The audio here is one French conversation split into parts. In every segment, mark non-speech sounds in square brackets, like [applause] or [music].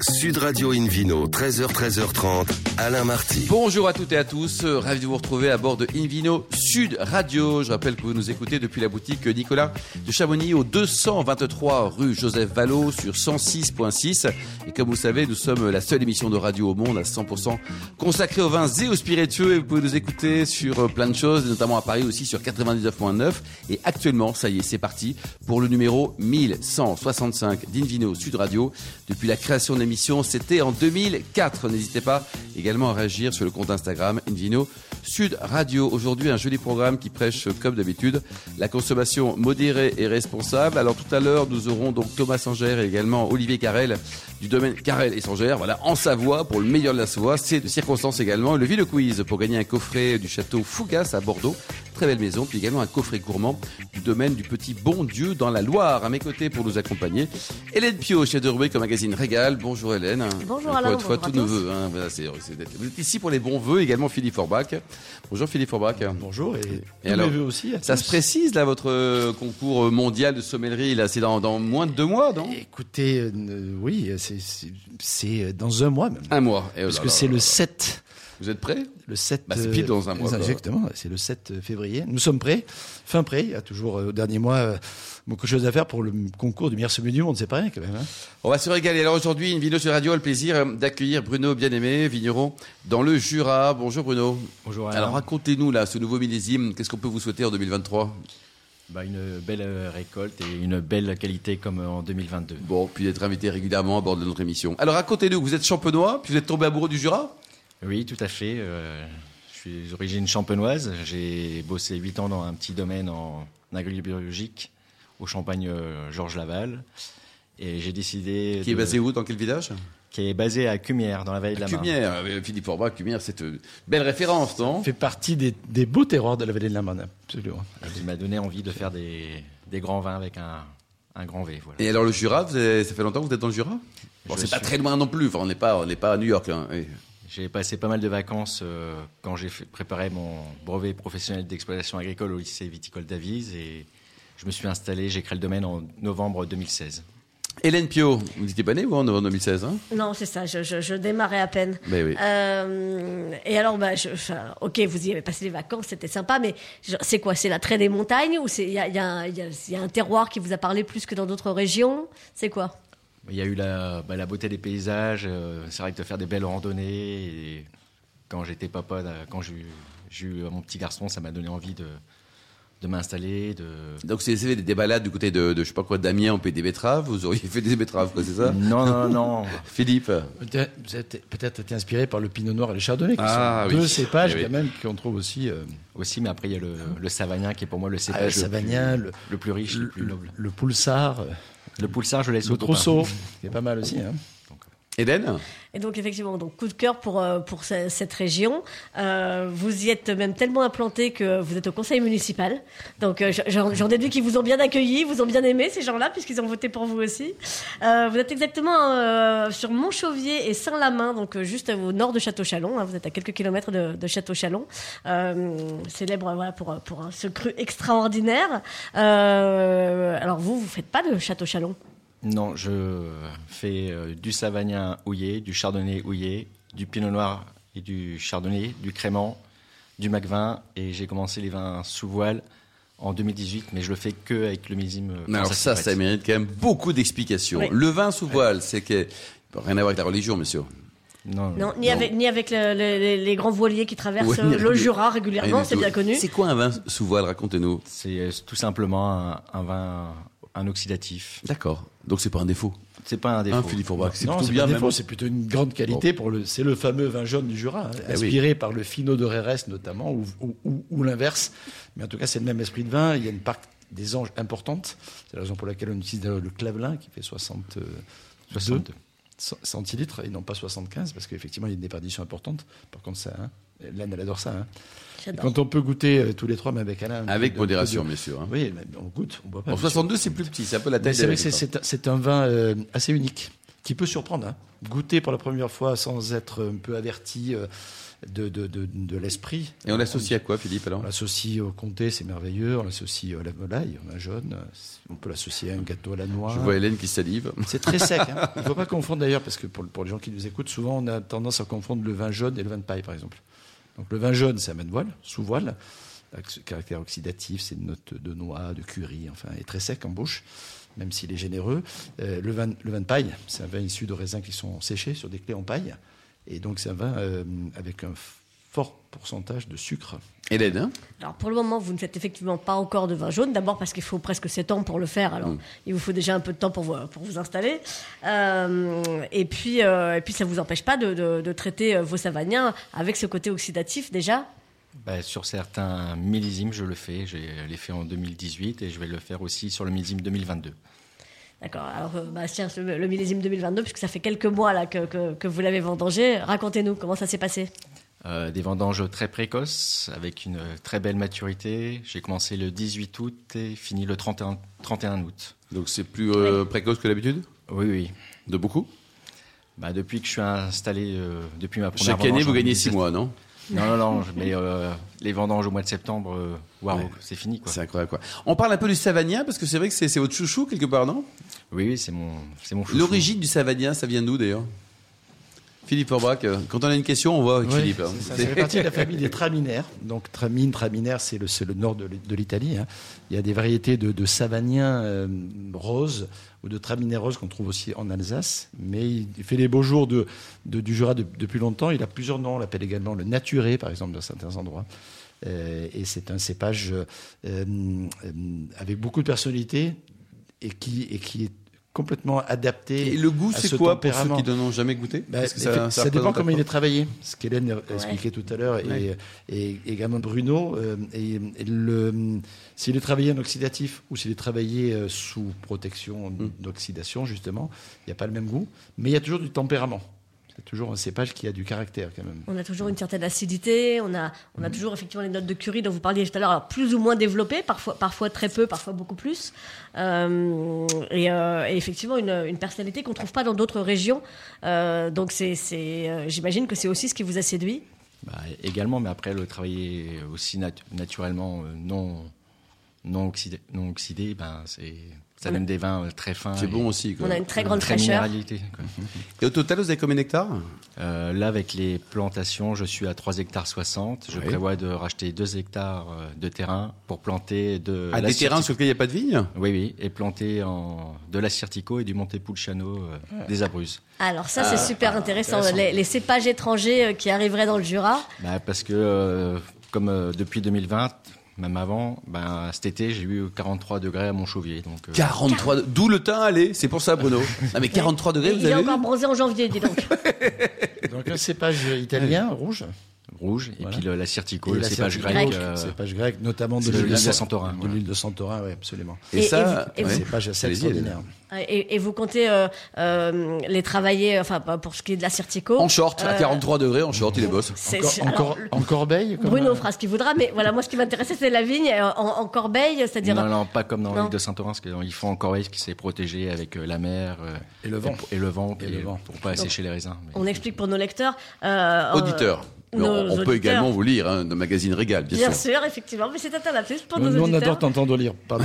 Sud Radio Invino, 13h, 13h30, Alain Marty. Bonjour à toutes et à tous, Euh, ravi de vous retrouver à bord de Invino Sud Radio. Je rappelle que vous nous écoutez depuis la boutique Nicolas de Chamonix au 223 rue Joseph Vallot sur 106.6. Et comme vous le savez, nous sommes la seule émission de radio au monde à 100% consacrée aux vins et aux spiritueux. Et vous pouvez nous écouter sur euh, plein de choses, notamment à Paris aussi sur 99.9. Et actuellement, ça y est, c'est parti pour le numéro 1165 d'Invino Sud Radio. Depuis la création de l'émission, c'était en 2004. N'hésitez pas également à réagir sur le compte Instagram Invino Sud Radio. Aujourd'hui, un joli programme qui prêche, comme d'habitude, la consommation modérée et responsable. Alors tout à l'heure, nous aurons donc Thomas Sanger et également Olivier Carrel du domaine Carrel et Sanger. Voilà, en Savoie, pour le meilleur de la Savoie. C'est de circonstance également le Ville Quiz pour gagner un coffret du château Fougas à Bordeaux. Très belle maison. Puis également un coffret gourmand du domaine du Petit Bon Dieu dans la Loire. À mes côtés pour nous accompagner, Hélène Pio, chef de rubrique au magazine Régal. Bonjour Hélène. Bonjour Encore Alain, une fois, bonjour tous à nos tous. vœux. hein. Voilà, c'est- c'est d'être- vous êtes ici pour les bons vœux, également Philippe Forbach. Bonjour Philippe Forbach. Bonjour et, tous alors, mes vœux aussi. à Ça tous. se précise là votre euh, concours mondial de sommellerie là, c'est dans, dans moins de deux mois, non Écoutez, euh, euh, oui, c'est- c'est c'est euh, dans un mois même. Un mois. Et parce oh là que là. c'est le 7. Vous êtes prêts Le 7 Bah, c'est pile dans un mois, quoi. Exactement, c'est le 7 février. Nous sommes prêts, fin prêt. Il y a toujours euh, au dernier mois euh, beaucoup de choses à faire pour le concours du meilleur sommet du monde, c'est pas rien quand même. hein. On va se régaler. Alors aujourd'hui, une vidéo sur radio a le plaisir euh, d'accueillir Bruno Bien-Aimé, vigneron dans le Jura. Bonjour Bruno. Bonjour Alain. Alors racontez-nous là ce nouveau millésime, qu'est-ce qu'on peut vous souhaiter en 2023 Bah, une belle euh, récolte et une belle qualité comme euh, en 2022. Bon, puis d'être invité régulièrement à bord de notre émission. Alors racontez-nous, vous êtes champenois, puis vous êtes tombé amoureux du Jura Oui, tout à fait. euh, je suis d'origine champenoise. J'ai bossé 8 ans dans un petit domaine en agrobiologique au Champagne euh, Georges Laval. Et j'ai décidé. Qui est de- basé où Dans quel village qui est basé à Cumières, dans la vallée de la Marne. Cumière. Euh, Philippe Forbach, Cumière, c'est une belle référence, non Ça fait partie des, des beaux terroirs de la vallée de la Marne, absolument. Et qui m'a donné envie de faire des, des grands vins avec un, un grand V. Voilà. Et alors le Jura, vous avez- ça fait longtemps que vous êtes dans le Jura Bon, Je c'est pas suis- très loin non plus. Enfin, on n'est pas, on n'est pas à New York. hein. Oui. J'ai passé pas mal de vacances euh, quand j'ai fait- préparé mon brevet professionnel d'exploitation agricole au lycée viticole d'Avise et je me suis installé, j'ai créé le domaine en novembre 2016. Hélène Pio, vous n'étiez pas née vous en novembre 2016 hein Non, c'est ça, je, je- je démarrais à peine. Mais oui. Euh, et alors, bah, je, enfin, ok, vous y avez passé les vacances, c'était sympa, mais je- c'est quoi C'est l'attrait des montagnes ou c'est- il y a, il y a un- il y a- il y a un terroir qui vous a parlé plus que dans d'autres régions C'est quoi Il y a eu la, bah, la beauté des paysages, euh, c'est vrai que de faire des belles randonnées et quand j'étais papa, euh, quand j'ai eu- j'ai eu euh, mon petit garçon, ça m'a donné envie de, de m'installer, de... Donc c'est c'est des, des balades du côté de, de je sais pas quoi d'Amiens, on paie des betteraves. Vous auriez fait des betteraves, quoi, c'est ça Non, [laughs] non, non. Philippe, Peut-être- Vous êtes peut-être été inspiré par le Pinot Noir et le Chardonnay, qui Ah, sont oui. deux cépages Eh oui. quand même qu'on trouve aussi. euh, Aussi, mais après, il y a le, le Savagnin qui est pour moi le Ah, cépage le le, plus- Savagnin, le le- plus, riche, le, plus le- noble. le Poulsard, euh, Le Poulsard, je laisse le au copain. Trousseau, qui est pas mal aussi. hein. Hélène, Et donc, effectivement, donc, coup de cœur pour, euh, pour ce- cette région. Euh, vous y êtes même tellement implanté que vous êtes au conseil municipal. Donc, euh, je- j'en j'en déduis qu'ils vous ont bien accueilli, vous ont bien aimé, ces gens-là, puisqu'ils ont voté pour vous aussi. Euh, vous êtes exactement euh, sur Montchauvier et Saint-Lamain, donc euh, juste au nord de Château-Chalon. hein. vous êtes à quelques kilomètres de, de Château-Chalon. Euh, célèbre euh, voilà, pour, euh, pour euh, ce cru extraordinaire. Euh, alors, vous, vous faites pas de Château-Chalon Non, je fais euh, du savagnin houillé, du chardonnay houillé, du pinot noir et du chardonnay, du crément, du macvin. Et j'ai commencé les vins sous voile en 2018, mais je le fais que avec le millésime. euh, quand alors se ça, prête. ça mérite quand même beaucoup d'explications. Oui. Le vin sous voile, c'est que rien à voir avec la religion, monsieur. Non, Non, ni avec, ni avec le- le- les, les grands voiliers qui traversent Ouais, ni- euh, le Jura Rien régulièrement, du c'est tout. bien connu. C'est quoi un vin sous voile Racontez-nous. c'est euh, tout simplement un, un vin, un oxydatif. D'accord. Donc c'est pas un défaut. C'est pas un défaut. Hein, Philippe Forbach, c'est Non, plutôt c'est bien pas un même. défaut, c'est plutôt une grande qualité pour le. C'est le fameux vin jaune du Jura, hein, Eh inspiré par le Fino de Rérès notamment, ou, ou- ou- ou l'inverse. Mais en tout cas, c'est le même esprit de vin. Il y a une part des anges importante. C'est la raison pour laquelle on utilise d'ailleurs le Clavelin qui fait 60, euh, 62. 100 centilitres et non pas 75 parce qu'effectivement il y a une déperdition importante. Par contre, ça, hein, l'âne elle adore ça. hein. Et J'adore. Quand on peut goûter euh, tous les trois, même avec Alain. un Avec peu de- modération, de- monsieur. hein. Oui, mais on goûte, on boit pas. En bien sûr. 62, c'est plus petit, c'est un peu la Mais taille. C'est vrai de- que c'est- c'est un- c'est un vin euh, assez unique. qui peut surprendre. hein. Goûter pour la première fois sans être un peu averti euh, de, de, de, de l'esprit. Et on l'associe à quoi, Philippe, alors On l'associe au comté, c'est merveilleux. On l'associe à la volaille, à la jaune. On peut l'associer à un gâteau à la noix. Je vois Hélène qui salive. [laughs] C'est très sec. hein. Il ne faut pas confondre d'ailleurs, parce que pour, pour les gens qui nous écoutent, souvent on a tendance à confondre le vin jaune et le vin de paille, par exemple. Donc le vin jaune, c'est à main de voile, sous voile, avec ce caractère oxydatif, c'est une note de noix, de curry, enfin, et très sec en bouche, même s'il est généreux. Euh, le, vin, le vin de paille, c'est un vin issu de raisins qui sont séchés sur des clés en paille. Et donc c'est un vin euh, avec un fort pourcentage de sucre. Hélène, hein Alors pour le moment, vous ne faites effectivement pas encore de vin jaune. D'abord parce qu'il faut presque 7 ans pour le faire. Alors Mm. il vous faut déjà un peu de temps pour vous, pour vous installer. Euh, et, puis, euh, et puis ça ne vous empêche pas de, de- de traiter euh, vos savaniens avec ce côté oxydatif déjà. Bah, sur certains millésimes, je le fais. Je l'ai fait en 2018 et je vais le faire aussi sur le millésime 2022. D'accord. Alors euh, bah, tiens, le, le millésime 2022, puisque ça fait quelques mois là, que, que- que vous l'avez vendangé, racontez-nous comment ça s'est passé. Euh, des vendanges très précoces, avec une euh, très belle maturité. J'ai commencé le 18 août et fini le 31, 31 août. Donc c'est plus euh, précoce que d'habitude Oui, oui. De beaucoup Bah, depuis que je suis installé, euh, depuis ma première Chaque année, vendange en vous gagnez 6 2017. mois, non Non, [laughs] non, non. je- Mais euh, les vendanges au mois de septembre, euh, waouh, Ouais. c'est fini, quoi. C'est incroyable, quoi. On parle un peu du savagnin, parce que c'est vrai que c'est c'est votre chouchou, quelque part, non Oui, oui, c'est mon, c'est mon chouchou. L'origine du savagnin, ça vient d'où, d'ailleurs Philippe Orbach, euh, quand on a une question, on voit avec Philippe. hein. Ça, C'est- ça fait partie de la famille des traminaires. Donc, tramine, traminaire, c'est le, c'est le nord de l'I- de l'Italie. hein. Il y a des variétés de, de savaniens euh, roses ou de traminaires roses qu'on trouve aussi en Alsace. Mais il il fait les beaux jours de, de- du Jura de- depuis longtemps. Il a plusieurs noms. On l'appelle également le naturé, par exemple, dans certains endroits. Euh, et c'est un cépage euh, euh, avec beaucoup de personnalité et qui, et qui est complètement adapté. Et le goût, à c'est ce quoi pour ceux tempérament. qui n'en ont jamais goûté Bah, Parce que effe- ça, dépend représente comment à il quoi est travaillé, ce qu'Hélène expliquait tout à l'heure, et, Ouais. et également Bruno. euh, et, et le- s'il est travaillé en oxydatif ou s'il est travaillé euh, sous protection d'oxydation, justement, il n'y a pas le même goût, mais il y a toujours du tempérament. C'est toujours un cépage qui a du caractère, quand même. On a toujours une certaine acidité, on a, on a Mhm. toujours effectivement les notes de curry dont vous parliez tout à l'heure, alors plus ou moins développées, parfois, parfois très peu, parfois beaucoup plus. Euh, et, euh, et effectivement, une, une personnalité qu'on ne trouve pas dans d'autres régions. Euh, donc, c'est, c'est, euh, j'imagine que c'est aussi ce qui vous a séduit. Bah, également, mais après le travailler aussi nat- naturellement euh, non non oxydé, non oxydé, ben c'est ça donne des vins euh, très fins. C'est et- bon aussi, quoi. On a une très grande très fraîcheur. minéralité, quoi. Et au total, vous avez combien d'hectares Euh, là, avec les plantations, je suis à 3 hectares 60. Je Oui. prévois de racheter 2 hectares euh, de terrain pour planter de À Ah, la des terrains certi- sur lesquels il n'y a pas de vigne Oui, oui, et planter en, de la Certico et du Montepulciano euh, des Abruzes. Alors, ça, Euh, c'est ah, super intéressant. Les, les cépages étrangers euh, qui arriveraient dans le Jura. Bah, parce que, euh, comme euh, depuis 2020, même avant, bah, cet été, j'ai eu 43 degrés à Montchauvier. Donc, euh, 43 de- D'où le teint allé, c'est pour ça, Bruno. Non, [laughs] mais 43 Et degrés, vous il est avez encore vu bronzé en janvier, dis [laughs] donc. Donc, un cépage italien, rouge, rouge, et puis le- la Certico, et le la cépage certi- grec. grec. euh, le cépage grec, notamment de c'est l'huile l'huile de Santorin, De voilà. l'huile de Santorin, oui, absolument. Et, Et- ça, et vous- Un Ouais. cépage assez Ah Allez-y, Hélène. extraordinaire. Et, et vous comptez euh, euh, les travailler, enfin, pas pour ce qui est de la Certico. en short, à Euh, 43 degrés, en short, il est boss. c'est- Encore- c'est- alors, Encore, en corbeille comme, Bruno euh, fera ce qu'il voudra, mais voilà, moi ce qui m'intéressait c'est la vigne euh, en, en corbeille, c'est-à-dire. Non, non, pas comme dans Non. l'île de Saint-Orin, parce qu'ils font encore ce qui s'est protégé avec euh, la mer euh, Et le vent. Et, le vent, Et le vent. pour pas assécher les raisins. mais- On explique pour nos lecteurs. euh, Auditeur. euh, Mais on- nos on auditeurs. peut également vous lire, hein, dans le magazine Régal, bien, Bien sûr. sûr, effectivement, mais c'est un lapsus pour Nous, nos nous, on auditeurs. adore t'entendre lire. Pardon.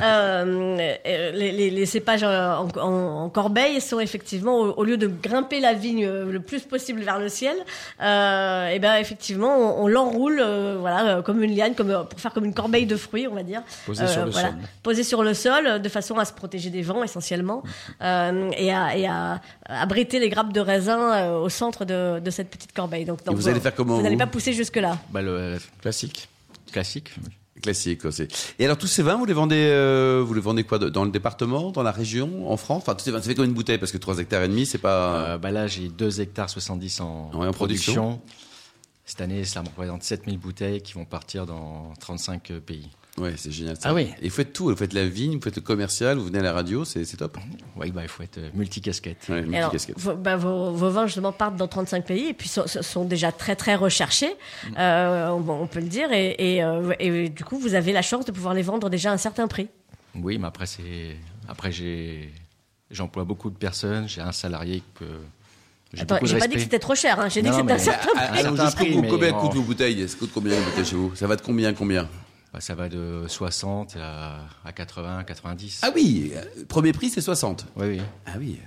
Euh, euh, les, les- les cépages euh, en, en- en corbeille sont effectivement, au, au lieu de grimper la vigne euh, le plus possible vers le ciel, euh, et ben effectivement, on, on l'enroule, euh, voilà, euh, comme une liane, comme euh, pour faire comme une corbeille de fruits, on va dire. Euh, Posée sur le sol. Posée sur le sol, euh, de façon à se protéger des vents essentiellement, euh, et, à, et à abriter les grappes de raisin euh, au centre de, de cette petite corbeille. Donc, donc, vous allez faire comment, Vous n'allez vous pas pousser jusque là. Bah, le euh, Classique. classique. oui. Classique, quoi, c'est. Et alors, tous ces vins, vous les vendez, euh, vous les vendez quoi de- Dans le département, dans la région, en France Enfin, tous ces vins, ça fait comme une bouteille, parce que 3 hectares et demi, c'est pas. Euh, bah, là, j'ai 2 hectares 70 en, Ah. Ouais, en production. production. Cette année, ça me représente 7000 bouteilles qui vont partir dans 35 pays. Ouais, c'est génial. ça. Ah oui. Et vous faites tout, vous faites la vigne, vous faites le commercial, vous venez à la radio, c'est c'est top. Oui, bah, il faut être euh, multicasquette. Ouais, Et alors, multicasquette. vos, bah, vos, vos vins justement partent dans 35 pays et puis sont, sont déjà très très recherchés, Mm. euh, on, on peut le dire, et, et, euh, et du coup vous avez la chance de pouvoir les vendre déjà à un certain prix. Oui, mais après, c'est. Après, j'ai. J'emploie beaucoup de personnes. J'ai un salarié que j'ai Attends, beaucoup de j'ai pas respect. dit que c'était trop cher, hein. j'ai dit Non, que c'était mais- un certain prix. Ah, ah, Alors, Certains juste prix, pour- mais combien en- coûte vos bouteilles Ça coûte combien une bouteille chez vous Ça va de combien à combien Bah, ça va de 60 à, à 80, 90. Ah oui, euh, premier prix, c'est 60. oui, oui. Ah oui.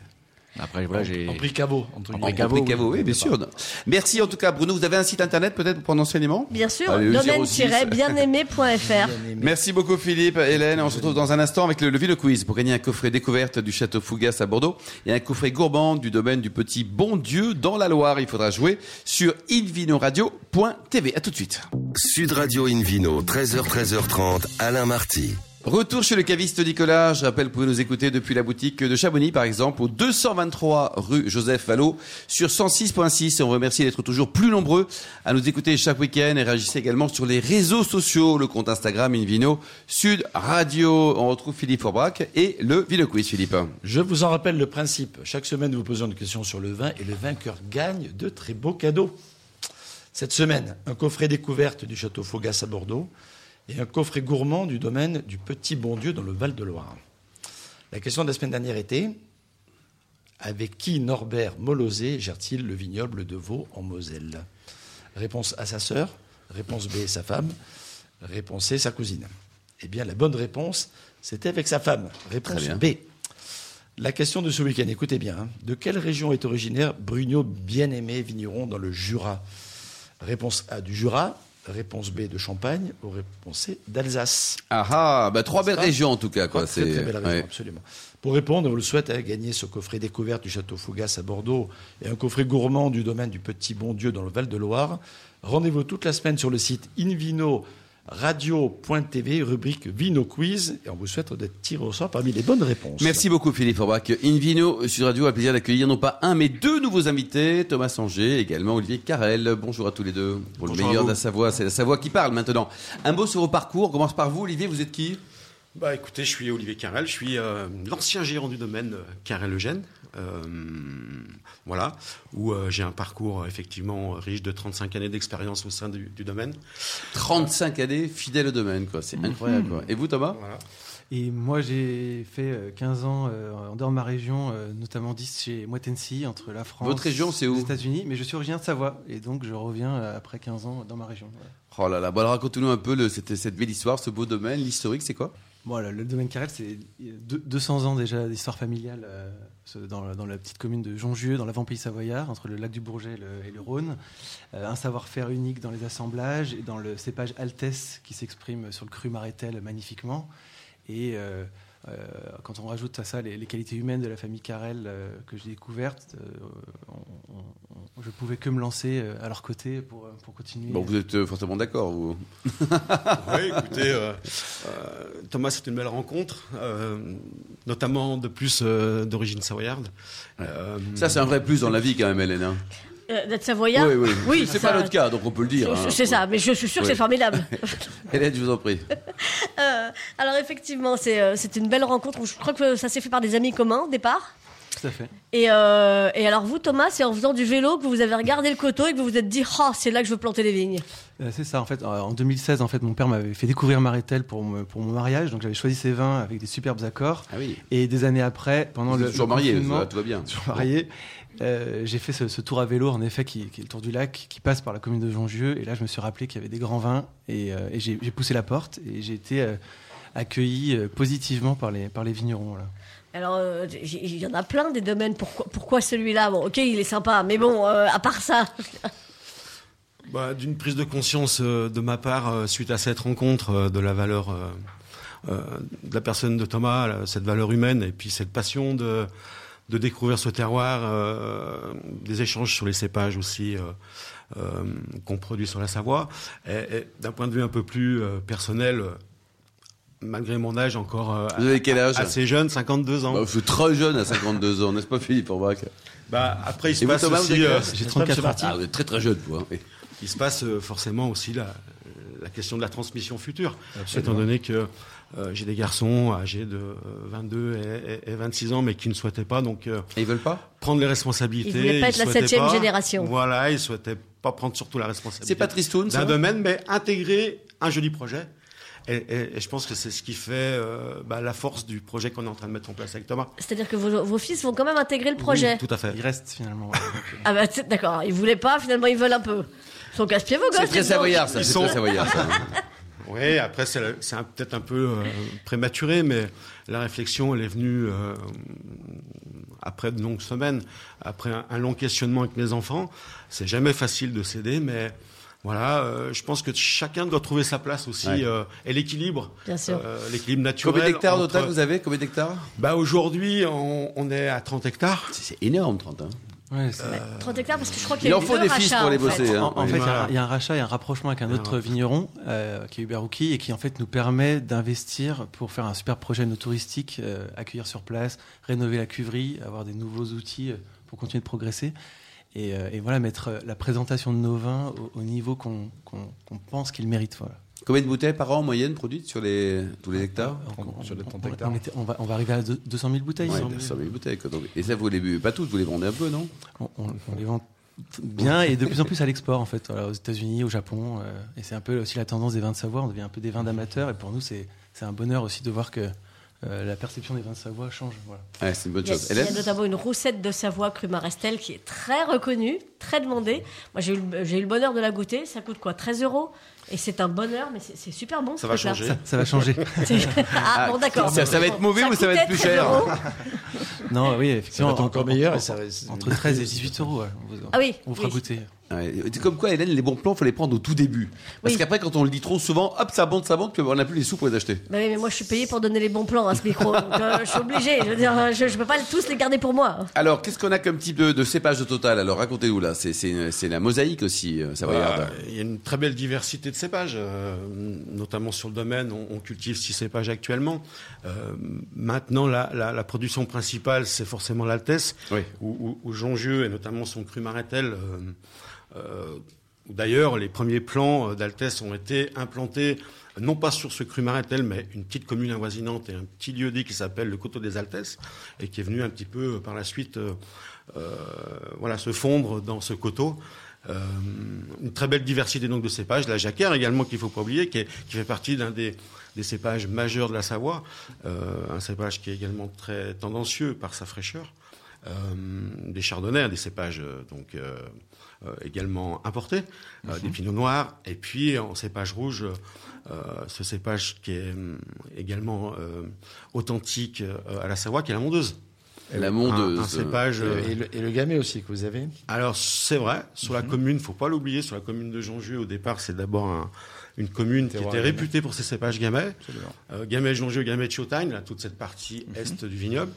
Après, voilà, j'ai. En prix caveau, entre En En guillemets. prix caveau, prix oui, caveau, oui, oui, bien sûr. d'accord. Merci en tout cas, Bruno. Vous avez un site internet peut-être pour prendre enseignement Bien sûr, Allez, le 06. domaine-bien-aimé.fr. Merci beaucoup Philippe, Hélène. On se retrouve dans un instant avec le, le Vino Quiz pour gagner un coffret découverte du château Fougas à Bordeaux et un coffret gourmand du domaine du petit Bon Dieu dans la Loire. Il faudra jouer sur invinoradio.tv. À tout de suite. Sud Radio Invino, 13h, 13h30, Alain Marty. Retour chez le caviste Nicolas. Je rappelle, vous pouvez nous écouter depuis la boutique de Chamonix, par exemple, au 223 rue Joseph Vallot sur 106.6. Et on vous remercie d'être toujours plus nombreux à nous écouter chaque week-end et réagissez également sur les réseaux sociaux, le compte Instagram Invino Sud Radio. On retrouve Philippe Forbrac et le Vino Quiz, Philippe. Je vous en rappelle le principe. Chaque semaine, nous vous posons une question sur le vin et le vainqueur gagne de très beaux cadeaux. Cette semaine, un coffret découverte du château Faugas à Bordeaux et un coffret gourmand du domaine du Petit Bon Dieu dans le Val-de-Loire. La question de la semaine dernière était avec qui Norbert Molosé gère-t-il le vignoble de Vaud en Moselle Réponse à sa sœur, réponse B, sa femme, réponse C, sa cousine. Eh bien, la bonne réponse, c'était avec sa femme. Réponse bien. B. La question de ce week-end, écoutez bien. hein. De quelle région est originaire Bruno Bien-Aimé Vigneron dans le Jura Réponse A, du Jura. Réponse B, de Champagne. Ou réponse C, d'Alsace. Ah ah, bah, trois belles ça régions en tout cas. Quoi. Très, C'est- très belle raison, ouais. absolument. Pour répondre, on vous le souhaite, à gagner ce coffret découverte du château Fougas à Bordeaux et un coffret gourmand du domaine du Petit Bon Dieu dans le Val-de-Loire. Rendez-vous toute la semaine sur le site invino radio.tv, rubrique Vino Quiz, et on vous souhaite d'être tiré au sort parmi les bonnes réponses. Merci beaucoup Philippe Forbach. Invino Sud Radio a le plaisir d'accueillir non pas un mais deux nouveaux invités, Thomas Sanger, également Olivier Carrel. Bonjour à tous les deux. Pour le Bonjour à meilleur vous. de la Savoie, c'est la Savoie qui parle maintenant. Un mot sur vos parcours, on commence par vous Olivier, vous êtes qui Bah écoutez, je suis Olivier Carrel, je suis euh, l'ancien gérant du domaine euh, Carrel-Eugène, euh, voilà, où euh, j'ai un parcours euh, effectivement riche de 35 années d'expérience au sein du, du domaine. 35 années, fidèle au domaine, quoi. c'est Mhm. incroyable. Quoi. Et vous Thomas Voilà. Et moi, j'ai fait euh, 15 ans euh, en dehors de ma région, euh, notamment 10 chez Moitensi, entre la France. Votre région, c'est où Les États-Unis, mais je suis originaire de Savoie. Et donc, je reviens euh, après 15 ans dans ma région. Voilà. Oh là là, bon, alors racontez-nous un peu le- cette, cette belle histoire, ce beau domaine, l'historique c'est quoi Bon, le, le domaine Carrel, c'est deux- 200 ans déjà d'histoire familiale euh, ce- dans, dans la petite commune de Jongieux, dans l'avant-pays savoyard, entre le lac du Bourget et le, et le Rhône. Euh, un savoir-faire unique dans les assemblages et dans le cépage Altesse qui s'exprime sur le cru Marétel magnifiquement. Et euh, euh, quand on rajoute à ça les, les qualités humaines de la famille Carrel euh, que j'ai découvertes, euh, on- on- on- je pouvais que me lancer euh, à leur côté pour, euh, pour continuer. Bon, vous êtes euh, forcément d'accord, vous Oui, écoutez, euh, euh, Thomas, c'est une belle rencontre, euh, notamment de plus euh, d'origine savoyarde. Euh, Ça, c'est un vrai plus dans la vie quand même, Hélène. hein. Euh, D'être savoyard oui, oui. Oui, c'est ça- pas notre cas, donc on peut le dire. C'est- hein. C'est ça, mais je suis sûr que Oui. [laughs] c'est formidable. Hélène, je vous en prie. Euh, alors effectivement, c'est euh, c'est une belle rencontre. où Je crois que ça s'est fait par des amis communs au départ. Tout à fait. Et, euh, et alors vous, Thomas, c'est en faisant du vélo que vous avez regardé le coteau et que vous vous êtes dit, ah, c'est là que je veux planter les vignes. Euh, c'est ça, en fait. Euh, En 2016, en fait, mon père m'avait fait découvrir Maritel pour, me- pour mon mariage. Donc, j'avais choisi ces vins avec des superbes accords. Ah oui. Et des années après, pendant Vous le. êtes toujours le marié, confinement- tout va bien. [laughs] toujours marié, euh, j'ai fait ce, ce tour à vélo, en effet, qui, qui est le tour du lac, qui passe par la commune de Jongieux. Et là, je me suis rappelé qu'il y avait des grands vins. Et, euh, et j'ai j'ai poussé la porte. Et j'ai été euh, accueilli euh, positivement par les, par les vignerons. Voilà. Alors euh, j- j- il y en a plein des domaines. Pourquoi, pourquoi celui-là Bon, ok, il est sympa, mais bon, euh, à part ça, Bah, D'une prise de conscience euh, de ma part euh, suite à cette rencontre euh, de la valeur euh, euh, de la personne de Thomas, là, cette valeur humaine et puis cette passion de, de découvrir ce terroir, euh, des échanges sur les cépages aussi euh, euh, qu'on produit sur la Savoie. Et, et D'un point de vue un peu plus euh, personnel, euh, malgré mon âge encore euh, Vous avez quel âge assez jeune, 52 ans. Bah, je suis très jeune à 52 ans, n'est-ce pas Philippe Orbach Bah, après, il se Et vous, passe Thomas, vous aussi, avez euh, quel âge J'ai 34 ans. Ah, vous êtes très très jeune, vous. hein. Il se passe euh, forcément aussi la, euh, la question de la transmission future, étant donné que euh, j'ai des garçons âgés de euh, 22 et, et- et 26 ans, mais qui ne souhaitaient pas donc euh, Et ils veulent pas prendre les responsabilités. Ils voulaient pas être la souhaitaient septième pas- génération. Voilà, ils souhaitaient pas prendre surtout la responsabilité. C'est pas tristoun, ça D'un domaine, mais intégrer un joli projet. Et, et- et je pense que c'est ce qui fait euh, bah, la force du projet qu'on est en train de mettre en place avec Thomas. C'est-à-dire que vos, vos fils vont quand même intégrer le projet. Oui, tout à fait. Il reste finalement. ouais, donc, euh, Ah bah c'est- d'accord, ils voulaient pas, finalement ils veulent un peu. Ils sont casse-pieds vos gosses. C'est très dis donc. savoyard, ça. Ils C'est sont- très savoyard, ça. [laughs] Oui, après, c'est la- c'est un- peut-être un peu euh, prématuré, mais la réflexion, elle est venue euh, après de longues semaines, après un, un long questionnement avec mes enfants. C'est jamais facile de céder, mais voilà, euh, je pense que chacun doit trouver sa place aussi Ouais. euh, et l'équilibre. Bien sûr. euh, l'équilibre naturel. Combien d'hectares entre- d'otages vous avez Combien d'hectares bah, Aujourd'hui, on, on est à 30 hectares. C'est énorme, 30. hein. ouais, c'est- Ouais, 30 Euh, hectares parce que je crois qu'il y Il a en eu faut deux des fils rachats, pour les en fait. bosser. hein. En, en Oui, fait, il y a voilà. un- il y, a un rachat et un rapprochement avec un autre Voilà. vigneron euh, qui est Hubert Rouki et qui en fait nous permet d'investir pour faire un super projet no touristique, euh, accueillir sur place, rénover la cuverie, avoir des nouveaux outils euh, pour continuer de progresser. Et, euh, et voilà, mettre euh, la présentation de nos vins au, au niveau qu'on qu'on- qu'on pense qu'ils méritent. Voilà. Combien de bouteilles par an en moyenne produites sur les, tous les hectares Donc, on, sur les on- 30 on- hectares. on était- on va, on va arriver à deux- 200 000 bouteilles. Ouais, sans- 100 000 bouteilles. quoi. Donc, et ça, vous les buvez pas toutes, vous les vendez un peu, non on, on- on les vend bien et de plus en plus à l'export en fait, voilà, aux États-Unis, au Japon. euh, et c'est un peu aussi la tendance des vins de Savoie. On devient un peu des vins d'amateurs et pour nous c'est c'est un bonheur aussi de voir que euh, la perception des vins de Savoie change. Voilà. Ouais, C'est une bonne Il y, a, chose. il y a Hélène notamment une recette de Savoie crue Marestel qui est très reconnue, très demandée. Moi, j'ai eu, le- j'ai eu le bonheur de la goûter. Ça coûte quoi 13 euros. Et c'est un bonheur, mais c'est c'est super bon. Ça va changer. Ça, ça va changer. [laughs] Ah, bon, d'accord. ça- ça va être mauvais ou ça va être coûtait plus 13 cher [laughs] euros. non, oui, Ça effectivement. va être encore en- meilleur. en- et ça reste- Entre 13 et 18 euros. ouais, on vous- Ah oui, On fera oui. goûter. Ouais, C'est comme quoi, Hélène, les bons plans, faut les prendre au tout début. Parce Oui. qu'après, quand on le dit trop souvent, hop, ça monte, ça monte, puis on n'a plus les sous pour les acheter. Bah oui, mais moi, je suis payée pour donner les bons plans à ce micro. donc, euh, je suis obligée. Je veux dire, euh, je ne peux pas tous les garder pour moi. Alors, qu'est-ce qu'on a comme type de, de cépage de total Alors, racontez-nous là. C'est- C'est c'est la mosaïque aussi, euh, ça va Bah, Il y a une très belle diversité de cépages, euh, notamment sur le domaine. On, on cultive six cépages actuellement. Euh, maintenant, la, la- la production principale, c'est forcément l'Altesse, Oui. où, où, où Jongieux et notamment son cru Maretel. euh, euh, où D'ailleurs, les premiers plans euh, d'Altesse ont été implantés non pas sur ce cru Maretel, mais une petite commune avoisinante et un petit lieu-dit qui s'appelle le Coteau des Altesses et qui est venu un petit peu euh, par la suite euh, euh, voilà, se fondre dans ce coteau. Euh, une très belle diversité donc de cépages, la jacquère également qu'il faut pas oublier, qui, est- qui fait partie d'un des, des cépages majeurs de la Savoie, Euh, un cépage qui est également très tendancieux par sa fraîcheur. Euh, des chardonnays, des cépages euh, donc euh, euh, également importés, Mhm. euh, des pinots noirs, et puis en cépage rouge, euh, euh, ce cépage qui est hum, également euh, authentique euh, à la Savoie, qui est la mondeuse. La mondeuse. Un, un cépage. euh, Et le, et le gamay aussi que vous avez. alors c'est vrai, sur Mhm. la commune, faut pas l'oublier, sur la commune de Jongieux, au départ, c'est d'abord un- une commune qui Terroir était gamay. réputée pour ses cépages gamay, Absolument. Mhm. euh, gamay de Jongieux, gamay de Chautagne, là, toute cette partie est du vignoble,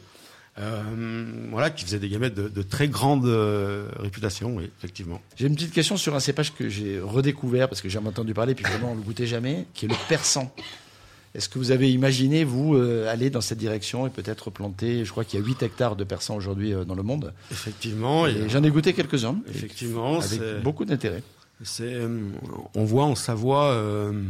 euh, voilà, qui faisait des gamets de, de très grande euh, réputation, oui, effectivement. J'ai une petite question sur un cépage que j'ai redécouvert parce que j'ai entendu parler, puis vraiment on le goûtait jamais, qui est le persan. Est-ce que vous avez imaginé, vous, euh, aller dans cette direction et peut-être planter, je crois qu'il y a 8 hectares de persans aujourd'hui euh, dans le monde. Effectivement, et, Et j'en ai goûté quelques-uns. et effectivement, c'est- Avec beaucoup d'intérêt. C'est, euh, on voit en Savoie euh,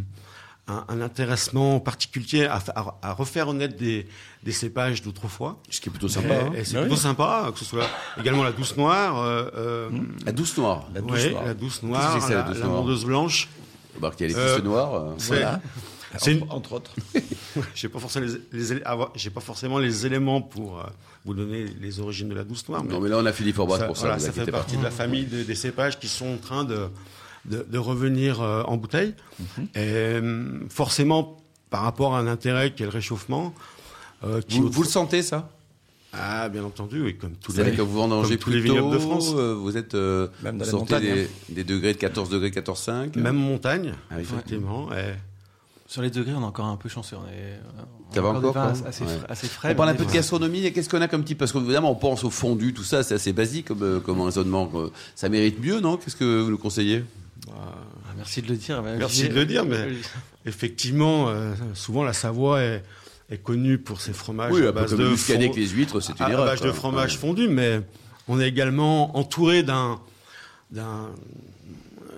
un, un intéressement particulier à, fa- à- à refaire honnête des, des cépages d'autrefois. Ce qui est plutôt sympa. hein. Et, et Eh, c'est Ah oui. plutôt sympa, que ce soit également la douce noire, euh, euh, Hmm, La douce noire. La douce ouais, noire. la douce noire, Qu'est-ce que c'est, la la, douce la noire mondeuse blanche. Bah, qu'il y a les Euh, pistes noires. euh, C'est- Voilà. c'est une- Entre, entre [laughs] autres. J'ai pas forcément les, les élé- avoir- j'ai pas forcément les éléments pour euh, vous donner les origines de la douce noire. mais- Non, mais là, on a Philippe Orbach ça, pour ça. voilà, vous ça inquiétez fait pas. partie de la famille des, des cépages qui sont en train de, de, de revenir euh, en bouteille. Mhm. Et hum, forcément, par rapport à un intérêt qui est le réchauffement, euh, qui Vous, vous le sentez, ça ah bien entendu, oui, comme tous Vous savez, les quand vous vendangez comme tous les plus vignobles tôt, de France, euh, vous êtes euh, Même vous dans la sortez montagne, des, des degrés de 14 degrés, 14, 5. même montagne, Ah oui. effectivement. et- Sur les degrés, on est encore un peu chanceux. On est, on Ça a va des encore, vins quoi assez, Ouais. frais, assez frais. On parle mais un peu de voilà. gastronomie, et qu'est-ce qu'on a comme type Parce qu'évidemment, on pense au fondu, tout ça, c'est assez basique comme, euh, comme raisonnement. euh, Ça mérite mieux, non Qu'est-ce que vous nous conseillez Ah, Merci de le dire. bah, Merci Olivier. de le dire, mais- [laughs] effectivement, euh, souvent la Savoie est, est connue pour ses fromages Oui, à un peu Ah, base comme le de muscadet fond- avec les huîtres, c'est une à la erreur. base de quoi. fromage Ouais. fondu, mais on est également entouré d'un, d'un, euh,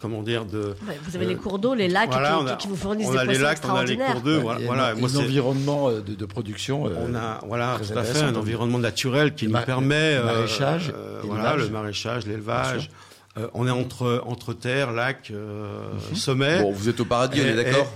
comment dire, de. Ouais, Vous avez euh, les cours d'eau, les lacs voilà, qui, on a- qui vous fournissent on des a les poissons lacs, on a les extraordinaires. cours d'eau, voilà. Et voilà, un, moi, un c'est- environnement euh, de, de production. euh, on a voilà très tout à fait intéressant, un donc. environnement naturel qui Le nous ma- permet le maraîchage, euh, l'élevage. voilà le maraîchage l'élevage Euh, on est entre, entre terre, lac, euh, Mhm. sommet. Bon, vous êtes au paradis, on est Eh, d'accord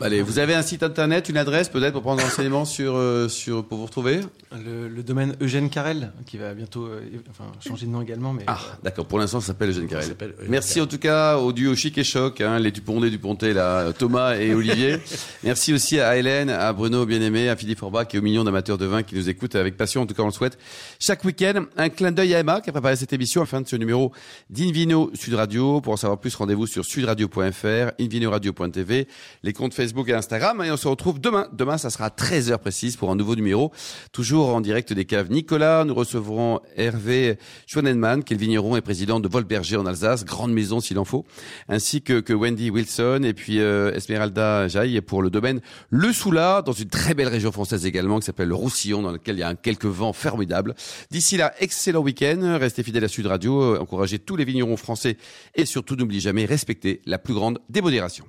Allez, vous avez un site internet, une adresse peut-être pour prendre renseignement [laughs] sur, euh, sur, pour vous retrouver Le, le domaine Eugène Carrel, qui va bientôt euh, é- enfin, changer de nom également, mais Ah, d'accord, pour l'instant, ça s'appelle Eugène Ça Carrel. s'appelle Eugène Merci Carrel. en tout cas au duo Chic et Choc, hein, les Dupondé, Duponté, là, Thomas et Olivier. Merci aussi à Hélène, à Bruno bien-aimé, à Philippe Forbach et aux millions d'amateurs de vin qui nous écoutent avec passion, en tout cas on le souhaite. Chaque week-end, un clin d'œil à Emma qui a préparé cette émission afin de ce numéro d'Invino Sud Radio. Pour en savoir plus, rendez-vous sur sudradio.fr, invinoradio.tv, les comptes Facebook et Instagram. hein, Et on se retrouve demain. Demain, ça sera à 13h précise pour un nouveau numéro, toujours en direct des caves Nicolas. Nous recevrons Hervé Schwanenmann, qui est le vigneron et président de Volberger en Alsace, grande maison s'il en faut, ainsi que, que Wendy Wilson et puis euh, Esmeralda Jaille pour le domaine Le Soula, dans une très belle région française également, qui s'appelle le Roussillon, dans lequel il y a un quelques vents formidables. D'ici là, excellent week-end. Restez fidèles à Sud Radio, euh, encouragez tous les vignerons français et surtout n'oubliez jamais, respectez la plus grande démodération.